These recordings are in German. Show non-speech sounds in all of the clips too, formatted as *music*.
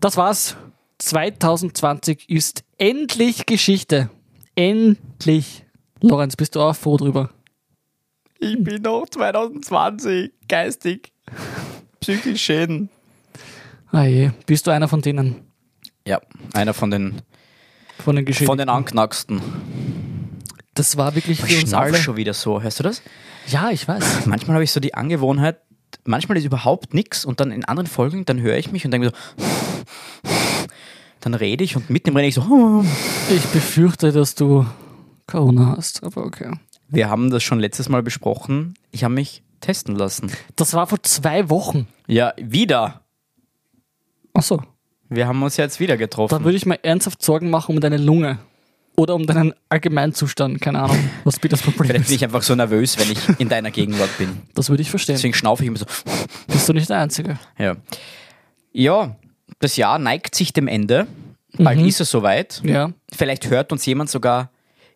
Das war's. 2020 ist endlich Geschichte. Endlich. Lorenz, bist du auch froh drüber? Ich bin noch 2020. Geistig. Psychisch Schäden. Ah je, bist du einer von denen? Ja, einer von den, Von den Geschichten? von den Anknacksten. das war wirklich für Ich uns alle. schnaufe schon wieder so, hörst du das? Ja, ich weiß. Manchmal habe ich so die Angewohnheit, manchmal ist überhaupt nichts und dann in anderen Folgen, dann höre ich mich und denke mir so, dann rede ich und mitten im Reden ich so, Ich befürchte, dass du Corona hast, aber okay. wir haben das schon letztes Mal besprochen, ich habe mich testen lassen. Das war vor zwei Wochen. Ja, wieder. Achso. Wir haben uns jetzt wieder Da getroffen. würde ich mir ernsthaft Sorgen machen um deine Lunge. Oder um deinen Allgemeinzustand, keine Ahnung, was das Problem Vielleicht bin ist. ich einfach so nervös, wenn ich in deiner Gegenwart bin. Das würde ich verstehen. Deswegen schnaufe ich immer so. Bist du nicht der Einzige? Ja. ja, das Jahr neigt sich dem Ende. Bald Mhm. ist es soweit. Ja. Vielleicht hört uns jemand sogar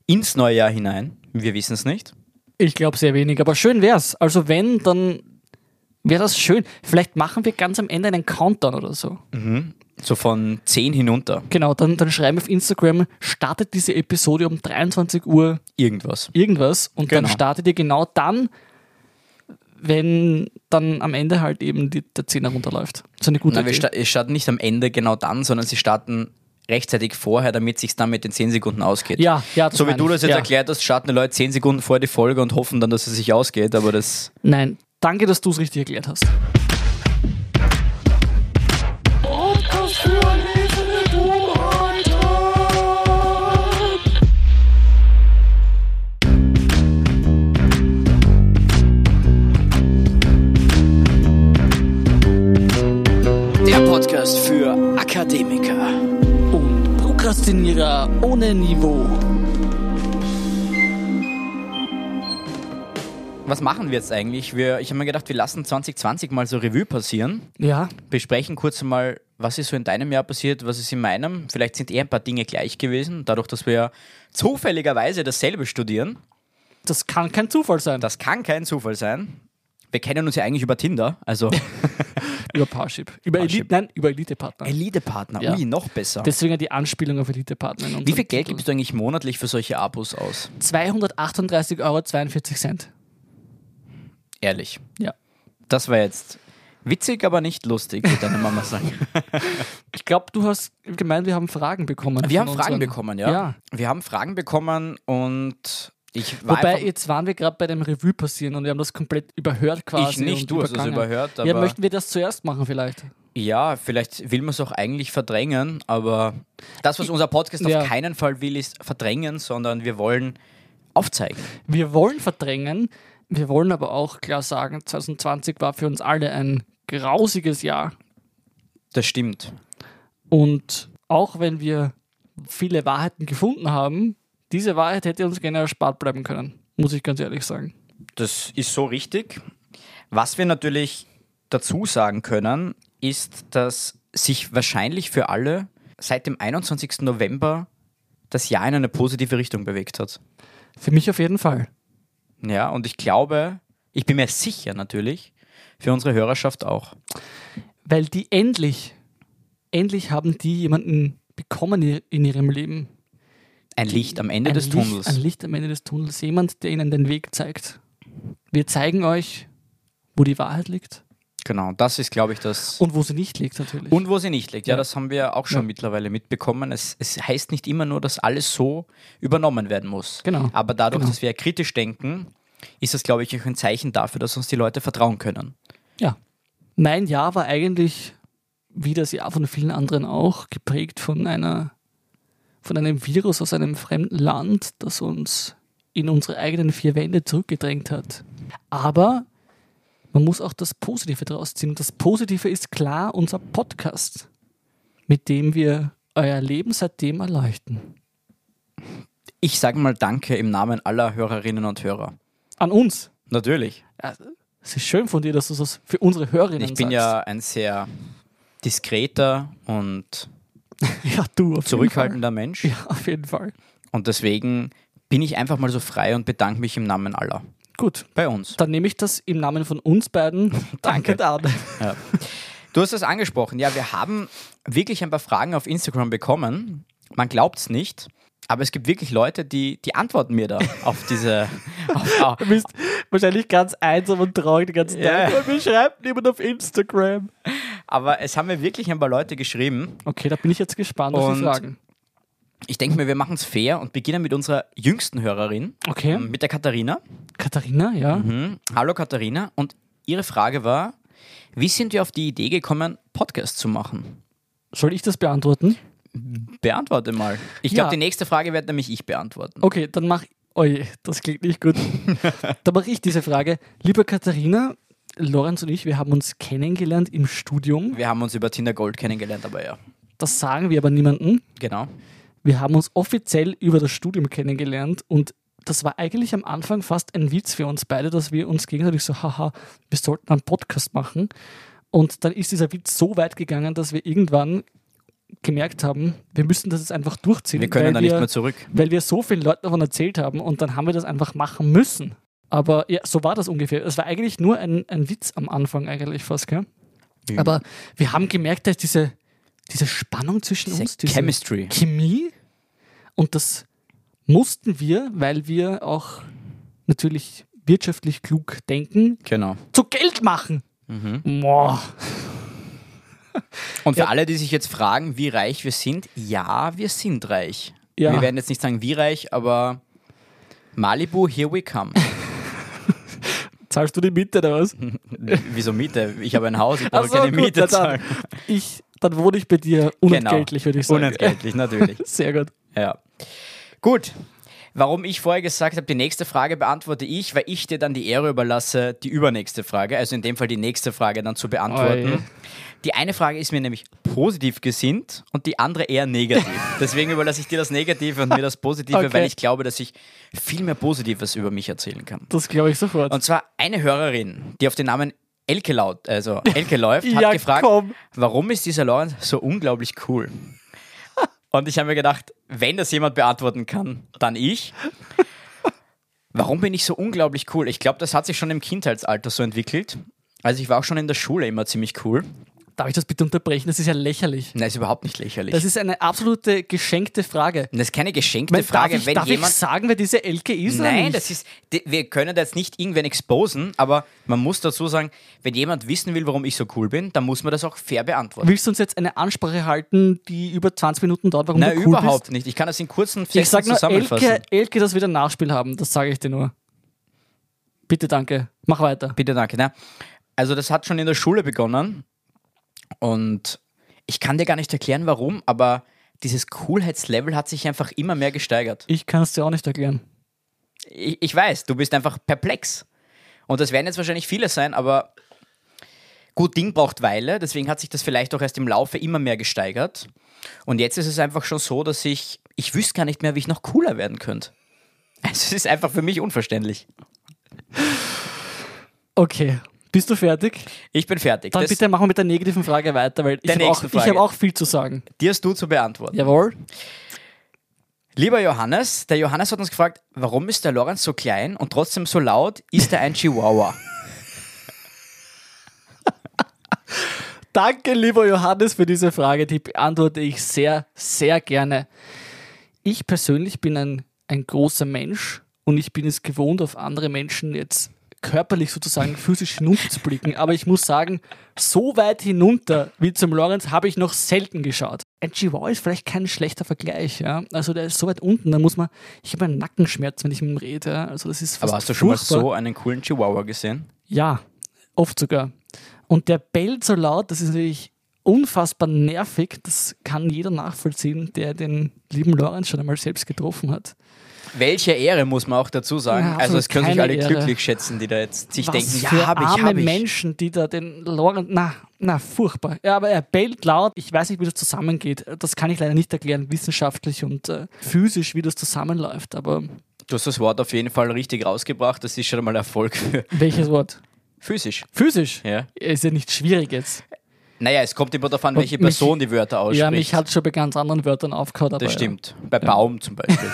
ins neue Jahr hinein. Wir wissen es nicht. Ich glaube sehr wenig, aber schön wär's. Also wenn, dann wäre das schön. Vielleicht machen wir ganz am Ende einen Countdown oder so. So von 10 hinunter. Genau, dann, dann schreiben wir auf Instagram, startet diese Episode um 23 Uhr Irgendwas. irgendwas und dann Genau. startet ihr genau dann, wenn dann am Ende halt eben die, der Zehner runterläuft. So eine gute Nein, wir Idee. sta wir starten nicht am Ende genau dann, sondern sie starten rechtzeitig vorher, damit sich dann mit den 10 Sekunden ausgeht. Ja, ja, das So wie meine du ich. das jetzt ja. erklärt hast, starten die Leute 10 Sekunden vor die Folge und hoffen dann, dass es sich ausgeht, aber das. Nein, danke, dass du es richtig erklärt hast. Der Podcast für Akademiker. Und Prokrastinierer ohne Niveau. Was machen wir jetzt eigentlich? Wir, ich habe mir gedacht, wir lassen 2020 mal so Revue passieren. Ja, besprechen kurz mal, was ist so in deinem Jahr passiert, was ist in meinem. Vielleicht sind eher ein paar Dinge gleich gewesen, dadurch, dass wir ja zufälligerweise dasselbe studieren. das kann kein Zufall sein. Das kann kein Zufall sein. Wir kennen uns ja eigentlich über Tinder, *laughs* also über Parship. Über Parship. Elite, nein, über Elite-Partner. Elite-Partner, Ja. ui, noch besser. Deswegen die Anspielung auf Elite-Partner. in Genau. Wie unserem viel Geld Titel. gibst du eigentlich monatlich für solche Abos aus? 238,42 Euro. Ehrlich. Ja. Das war jetzt witzig, aber nicht lustig, würde deine Mama *laughs* sagen. Ich glaube, du hast gemeint, wir haben Fragen bekommen. Wir von haben Fragen unseren- bekommen, ja. ja. Wir haben Fragen bekommen und ich war Wobei, einfach, jetzt waren wir gerade bei dem Revue passieren und wir haben das komplett überhört quasi. ich und nicht, du hast es übergangen. überhört, aber Ja, möchten wir das zuerst machen vielleicht? Ja, vielleicht will man es auch eigentlich verdrängen, aber das, was unser Podcast Ja. auf keinen Fall will, ist verdrängen, sondern wir wollen aufzeigen. Wir wollen verdrängen, wir wollen aber auch klar sagen, 2020 war für uns alle ein grausiges Jahr. Das stimmt. Und auch wenn wir viele Wahrheiten gefunden haben, diese Wahrheit hätte uns gerne erspart bleiben können, muss ich ganz ehrlich sagen. Das ist so richtig. Was wir natürlich dazu sagen können, ist, dass sich wahrscheinlich für alle seit dem 21. November das Jahr in eine positive Richtung bewegt hat. Für mich auf jeden Fall. Ja, und ich glaube, ich bin mir sicher natürlich, für unsere Hörerschaft auch. Weil die endlich, endlich haben die jemanden bekommen i- in ihrem Leben. Ein Licht am Ende Ein des Licht, Tunnels. Ein Licht am Ende des Tunnels. Jemand, der ihnen den Weg zeigt. Wir zeigen euch, wo die Wahrheit liegt Genau, das ist, glaube ich, das. und wo sie nicht liegt natürlich. Und wo sie nicht liegt. Ja, Ja. das haben wir auch schon Ja. mittlerweile mitbekommen. Es, es heißt nicht immer nur, dass alles so übernommen werden muss. Genau. Aber dadurch, Genau. dass wir kritisch denken, ist das, glaube ich, auch ein Zeichen dafür, dass uns die Leute vertrauen können. ja. Mein Jahr war eigentlich, wie das Jahr von vielen anderen auch, geprägt von einer von einem Virus aus einem fremden Land, das uns in unsere eigenen vier Wände zurückgedrängt hat. Aber man muss auch das Positive draus ziehen. Das Positive ist klar unser Podcast, mit dem wir euer Leben seitdem erleuchten. Ich sage mal Danke im Namen aller Hörerinnen und Hörer. An uns. Natürlich. Ja, Es ist schön von dir, dass du das für unsere Hörerinnen Ich bin sagst. ja ein sehr diskreter und *laughs* ja, ja du auf zurückhaltender Mensch. Jeden Fall. Ja, auf jeden Fall. Und deswegen bin ich einfach mal so frei und bedanke mich im Namen aller. Gut, Bei *laughs* uns. dann nehme ich das im Namen von uns beiden. Danke, Dade. Ja. Du hast es angesprochen. Ja, wir haben wirklich ein paar Fragen auf Instagram bekommen. Man glaubt es nicht. Aber es gibt wirklich Leute, die, die antworten mir da auf diese. auf, auf, Du bist wahrscheinlich ganz einsam und traurig den ganzen Ja. Tag. Aber mir schreibt niemand auf Instagram. aber es haben mir wirklich ein paar Leute geschrieben. Okay, da bin ich jetzt gespannt auf Und- die Fragen. Ich denke mir, wir machen es fair und beginnen mit unserer jüngsten Hörerin, ähm, Okay. mit der Katharina. Katharina, ja. Mhm. Hallo Katharina. Und ihre Frage war: Wie sind wir auf die Idee gekommen, Podcast zu machen? Soll ich das beantworten? Beantworte mal. Ich Ja. glaube, die nächste Frage werde nämlich ich beantworten. Okay, dann mach. Oi, das klingt nicht *laughs* gut. dann mache ich diese Frage. Liebe Katharina, Lorenz und ich, wir haben uns kennengelernt im Studium. Wir haben uns über Tinder Gold kennengelernt, aber ja. Das sagen wir aber niemandem. Genau. Wir haben uns offiziell über das Studium kennengelernt und das war eigentlich am Anfang fast ein Witz für uns beide, dass wir uns gegenseitig so, haha, wir sollten einen Podcast machen. Und dann ist dieser Witz so weit gegangen, dass wir irgendwann gemerkt haben, wir müssen das jetzt einfach durchziehen. Wir können weil da nicht mehr zurück. weil wir so vielen Leuten davon erzählt haben und dann haben wir das einfach machen müssen. Aber ja, so war das ungefähr. Es war eigentlich nur ein, ein Witz am Anfang eigentlich fast, gell? Ja. Aber wir haben gemerkt, dass diese, diese Spannung zwischen Diese uns, diese Chemistry. Chemie und das mussten wir, weil wir auch natürlich wirtschaftlich klug denken, Genau. zu Geld machen. Boah. Und für Ja. alle, die sich jetzt fragen, wie reich wir sind, ja, wir sind reich. Ja. Wir werden jetzt nicht sagen, wie reich, aber Malibu, here *laughs* we come. Zahlst du die Miete oder was? Wieso Miete? Ich habe ein Haus, ich Ach brauche so, keine gut, Miete na zahlen. Genau. dann, ich, dann wohne ich bei dir unentgeltlich, würde ich sagen. Unentgeltlich, natürlich. Sehr gut. Ja. Gut. Warum ich vorher gesagt habe, die nächste Frage beantworte ich, weil ich dir dann die Ehre überlasse, die übernächste Frage, also in dem Fall die nächste Frage dann zu beantworten. Oi. Die eine Frage ist mir nämlich positiv gesinnt und die andere eher negativ. Deswegen überlasse ich dir das Negative und mir das Positive, Okay. weil ich glaube, dass ich viel mehr Positives über mich erzählen kann. Das glaube ich sofort. Und zwar eine Hörerin, die auf den Namen Elke, laut, also Elke läuft, *laughs* hat Ja, gefragt, komm. warum ist dieser Lawrence so unglaublich *laughs* cool? Und ich habe mir gedacht, wenn das jemand beantworten kann, *laughs* dann ich. Warum bin ich so unglaublich cool? Ich glaube, das hat sich schon im Kindheitsalter so entwickelt. Also ich war auch schon in der Schule immer ziemlich cool. Darf ich das bitte unterbrechen? Das ist ja lächerlich. Nein, ist überhaupt nicht lächerlich. Das Das ist, ist eine absolute geschenkte Frage. keine geschenkte Meine, Frage, darf ich, wenn darf jemand. ich sagen, wer diese Elke ist? oder Nein, nicht? das ist, die- wir können da jetzt nicht irgendwen exposen, aber man muss dazu sagen, wenn jemand wissen will, warum ich so cool bin, dann muss man das auch fair beantworten. Willst du uns jetzt eine Ansprache halten, die über 20 Minuten dauert, warum Nein, du cool überhaupt bist? nicht. Ich kann das in kurzen Ich Sätzen sag nur zusammenfassen. Elke, Elke, dass wir ein Nachspiel haben. Das sage ich dir nur. Bitte, danke. Mach weiter. Bitte danke. Na, also das hat schon in der Schule begonnen und ich kann dir gar nicht erklären, warum, aber dieses Coolheitslevel hat sich einfach immer mehr gesteigert. Ich kann es dir auch nicht erklären. ich, ich weiß, du bist einfach perplex. Und das werden jetzt wahrscheinlich viele sein, aber gut, Ding braucht Weile, deswegen hat sich das vielleicht auch erst im Laufe immer mehr gesteigert. Und jetzt ist es einfach schon so, dass ich, ich wüsste gar nicht mehr, wie ich noch cooler werden könnte. *laughs* Also es ist einfach für mich unverständlich. Okay. Bist du fertig? Ich bin fertig. Dann das, bitte machen wir mit der negativen Frage weiter, weil ich Der habe auch, nächsten ich hab Frage. auch viel zu sagen. Dir hast du zu beantworten. Jawohl. Lieber Johannes, der Johannes hat uns gefragt, warum ist der Lorenz so klein und trotzdem so laut? Ist er ein Chihuahua? Danke, lieber Johannes, für diese Frage. Die beantworte ich sehr, sehr gerne. Ich persönlich bin ein, ein großer Mensch und ich bin es gewohnt, auf andere Menschen jetzt körperlich sozusagen physisch hinunterzublicken. Aber ich muss sagen, so weit hinunter wie zum Lorenz habe ich noch selten geschaut. Ein Chihuahua ist vielleicht kein schlechter Vergleich. Ja? Also der ist so weit unten, da muss man... Ich habe einen Nackenschmerz, wenn ich mit ihm rede. Ja? Also das ist fast Aber hast du schon mal furchtbar. so einen coolen Chihuahua gesehen? Ja, oft sogar. Und der bellt so laut, das ist natürlich unfassbar nervig. Das kann jeder nachvollziehen, der den lieben Lorenz schon einmal selbst getroffen hat. Welche Ehre muss man auch dazu sagen? Ja, also es absolut können sich keine alle Ehre. glücklich schätzen, die da jetzt sich Was denken, für ja, habe ich, arme habe ich. Menschen, die da den Lorenz... Na, na, furchtbar. Ja, aber er bellt laut. Ich weiß nicht, wie das zusammengeht. Das kann ich leider nicht erklären, wissenschaftlich und äh, physisch, wie das zusammenläuft. Aber Du hast das Wort auf jeden Fall richtig rausgebracht. Das ist schon mal Erfolg für *laughs* welches Wort? physisch. Physisch? Ja. Ist ja nicht schwierig jetzt. Naja, es kommt immer darauf an, welche mich- Person die Wörter ausspricht. Ja, mich hat schon bei ganz anderen Wörtern aufgehört. aber das ja. stimmt. Bei Baum zum Beispiel.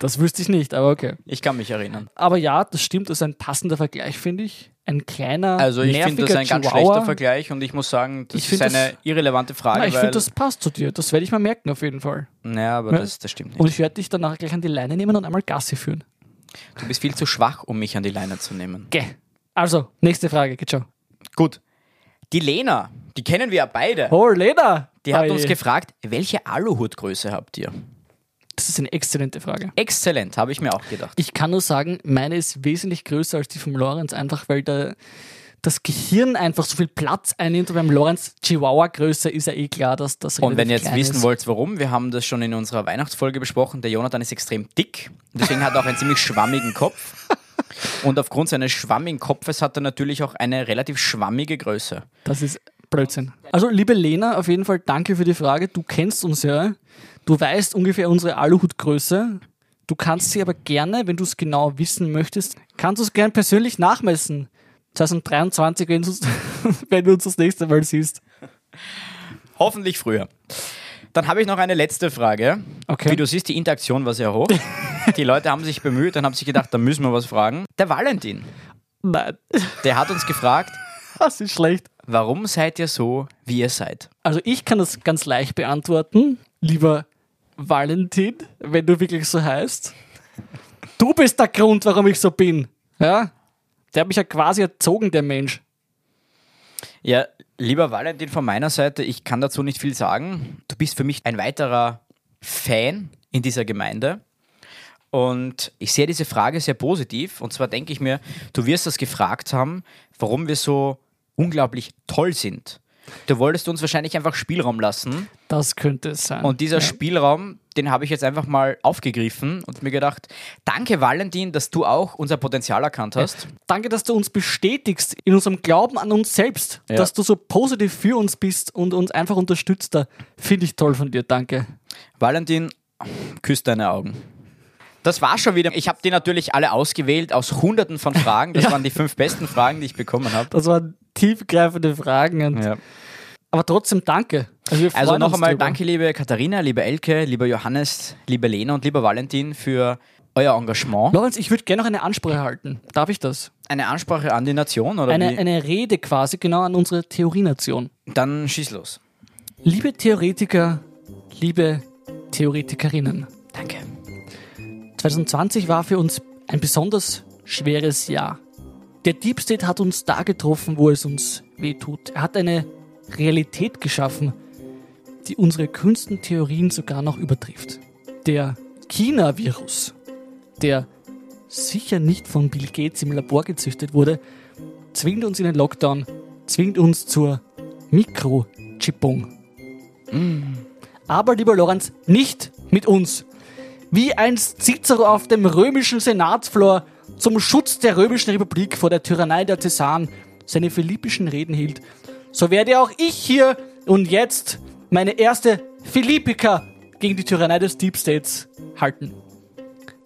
Das wüsste ich nicht, aber okay. Ich kann mich erinnern. Aber ja, das stimmt, das ist ein passender Vergleich, finde ich. Ein kleiner, Also ich finde das nerviger ein ganz Chihuahua. schlechter Vergleich und ich muss sagen, das Ich ist find das- eine irrelevante Frage. Nein, ich weil, finde, das passt zu dir. Das werde ich mal merken, auf jeden Fall. naja, aber Ja. das, das stimmt Und nicht. ich werde dich danach gleich an die Leine nehmen und einmal Gassi führen. Du bist viel zu schwach, um mich an die Leine zu nehmen. Geh. Also, nächste Frage, geht schon. Gut. Die Lena, die kennen wir ja beide. Oh, Lena! Die hat Oi. uns gefragt, welche Aluhutgröße habt ihr? Das ist eine exzellente Frage. Exzellent, habe ich mir auch gedacht. Ich kann nur sagen, meine ist wesentlich größer als die vom Lorenz, einfach weil da das Gehirn einfach so viel Platz einnimmt. Und beim Lorenz Chihuahua-Größe ist ja eh klar, dass das Und relativ wenn ihr jetzt klein wissen ist. wollt, warum, wir haben das schon in unserer Weihnachtsfolge besprochen. Der Jonathan ist extrem dick, deswegen hat er auch einen ziemlich schwammigen Kopf. Und aufgrund seines schwammigen Kopfes hat er natürlich auch eine relativ schwammige Größe. Das ist Blödsinn. Also, liebe Lena, auf jeden Fall danke für die Frage. Du kennst uns ja. Du weißt ungefähr unsere Aluhutgröße. Du kannst sie aber gerne, wenn du es genau wissen möchtest, kannst du es gerne persönlich nachmessen. 2023, wenn, du's- *laughs* wenn du uns das nächste Mal siehst. Hoffentlich früher. Dann habe ich noch eine letzte Frage. Okay. Wie du siehst, die Interaktion war sehr hoch. Die Leute haben sich bemüht und haben sich gedacht, da müssen wir was fragen. Der Valentin, Nein, *laughs* der hat uns gefragt, das ist schlecht. warum seid ihr so, wie ihr seid? Also ich kann das ganz leicht beantworten, lieber Valentin, wenn du wirklich so heißt. Du bist der Grund, warum ich so bin. Ja? Der hat mich ja quasi erzogen, der Mensch. Ja, lieber Valentin von meiner Seite, ich kann dazu nicht viel sagen. Du bist für mich ein weiterer Fan in dieser Gemeinde. Und ich sehe diese Frage sehr positiv. Und zwar denke ich mir, du wirst das gefragt haben, warum wir so unglaublich toll sind. Du wolltest uns wahrscheinlich einfach Spielraum lassen. Das könnte es sein. Und dieser ja. Spielraum, den habe ich jetzt einfach mal aufgegriffen und mir gedacht, danke Valentin, dass du auch unser Potenzial erkannt hast. Danke, dass du uns bestätigst in unserem Glauben an uns selbst, Ja. dass du so positiv für uns bist und uns einfach unterstützt. Da finde ich toll von dir. Danke. Valentin, küss deine Augen. Das war schon wieder. Ich habe die natürlich alle ausgewählt aus hunderten von Fragen. Das Ja. waren die fünf besten Fragen, die ich bekommen habe. Das waren tiefgreifende Fragen. Und, Aber trotzdem danke. Also, wir Also freuen noch uns einmal drüber. danke, liebe Katharina, liebe Elke, lieber Johannes, liebe Lena und lieber Valentin für euer Engagement. Lorenz, ich würde gerne noch eine Ansprache halten. Darf ich das? Eine Ansprache an die Nation oder eine, wie? eine Rede quasi genau an unsere Theorienation. Dann schieß los. Liebe Theoretiker, liebe Theoretikerinnen, Danke. 2020 war für uns ein besonders schweres Jahr. Der Deep State hat uns da getroffen, wo es uns wehtut. Er hat eine Realität geschaffen, die unsere kühnsten Theorien sogar noch übertrifft. Der China-Virus, der sicher nicht von Bill Gates im Labor gezüchtet wurde, zwingt uns in den Lockdown, zwingt uns zur Mikrochippung. Aber, lieber Lorenz, nicht mit uns wie einst Cicero auf dem römischen Senatsflor zum Schutz der römischen Republik vor der Tyrannei der Cäsaren seine philippischen Reden hielt, so werde auch ich hier und jetzt meine erste Philippica gegen die Tyrannei des Deep States halten.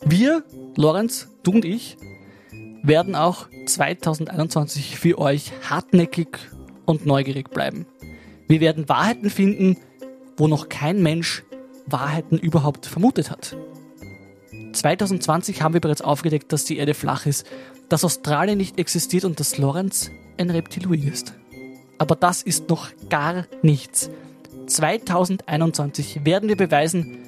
Wir, Lorenz, du und ich, werden auch 2021 für euch hartnäckig und neugierig bleiben. Wir werden Wahrheiten finden, wo noch kein Mensch Wahrheiten überhaupt vermutet hat. 2020 haben wir bereits aufgedeckt, dass die Erde flach ist, dass Australien nicht existiert und dass Lorenz ein Reptiloid ist. Aber das ist noch gar nichts. 2021 werden wir beweisen,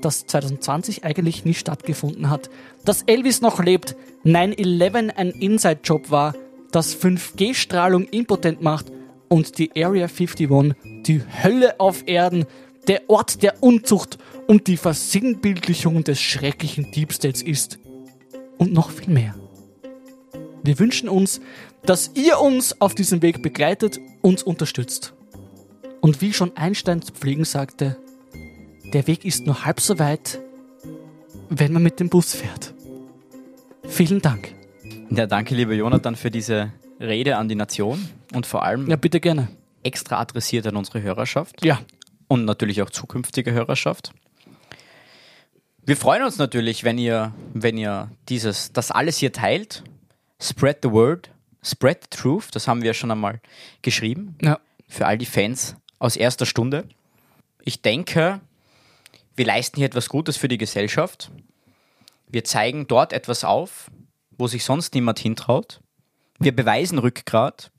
dass 2020 eigentlich nie stattgefunden hat, dass Elvis noch lebt, 9-11 ein Inside-Job war, dass 5G-Strahlung impotent macht und die Area 51 die Hölle auf Erden, der Ort der Unzucht und die Versinnbildlichung des schrecklichen Deep States ist. Und noch viel mehr. Wir wünschen uns, dass ihr uns auf diesem Weg begleitet, uns unterstützt. Und wie schon Einstein zu Pflegen sagte, der Weg ist nur halb so weit, wenn man mit dem Bus fährt. Vielen Dank. Ja, danke, lieber Jonathan, für diese Rede an die Nation und vor allem Ja, bitte gerne. extra adressiert an unsere Hörerschaft. Ja. und natürlich auch zukünftige Hörerschaft. Wir freuen uns natürlich, wenn ihr, wenn ihr dieses, das alles hier teilt. Spread the word, spread the truth, das haben wir schon einmal geschrieben, ja. für all die Fans aus erster Stunde. Ich denke, wir leisten hier etwas Gutes für die Gesellschaft. Wir zeigen dort etwas auf, wo sich sonst niemand hintraut. Wir beweisen Rückgrat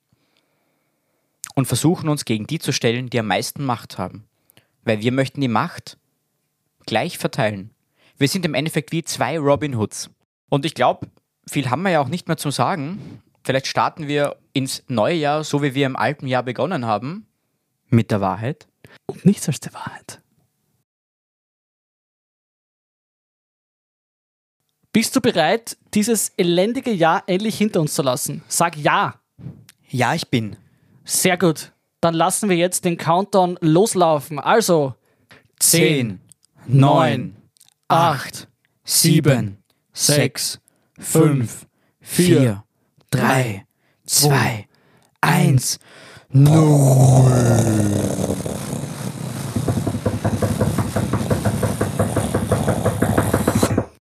und versuchen uns gegen die zu stellen, die am meisten Macht haben. Weil wir möchten die Macht gleich verteilen. Wir sind im Endeffekt wie zwei Robin Hoods. Und ich glaube, viel haben wir ja auch nicht mehr zu sagen. Vielleicht starten wir ins neue Jahr, so wie wir im alten Jahr begonnen haben, mit der Wahrheit. Und nichts als der Wahrheit. Bist du bereit, dieses elendige Jahr endlich hinter uns zu lassen? Sag ja. Ja, ich bin. Sehr gut. Dann lassen wir jetzt den Countdown loslaufen. Also Zehn, neun, acht, sieben, sechs, fünf, vier, drei, zwei, eins, null.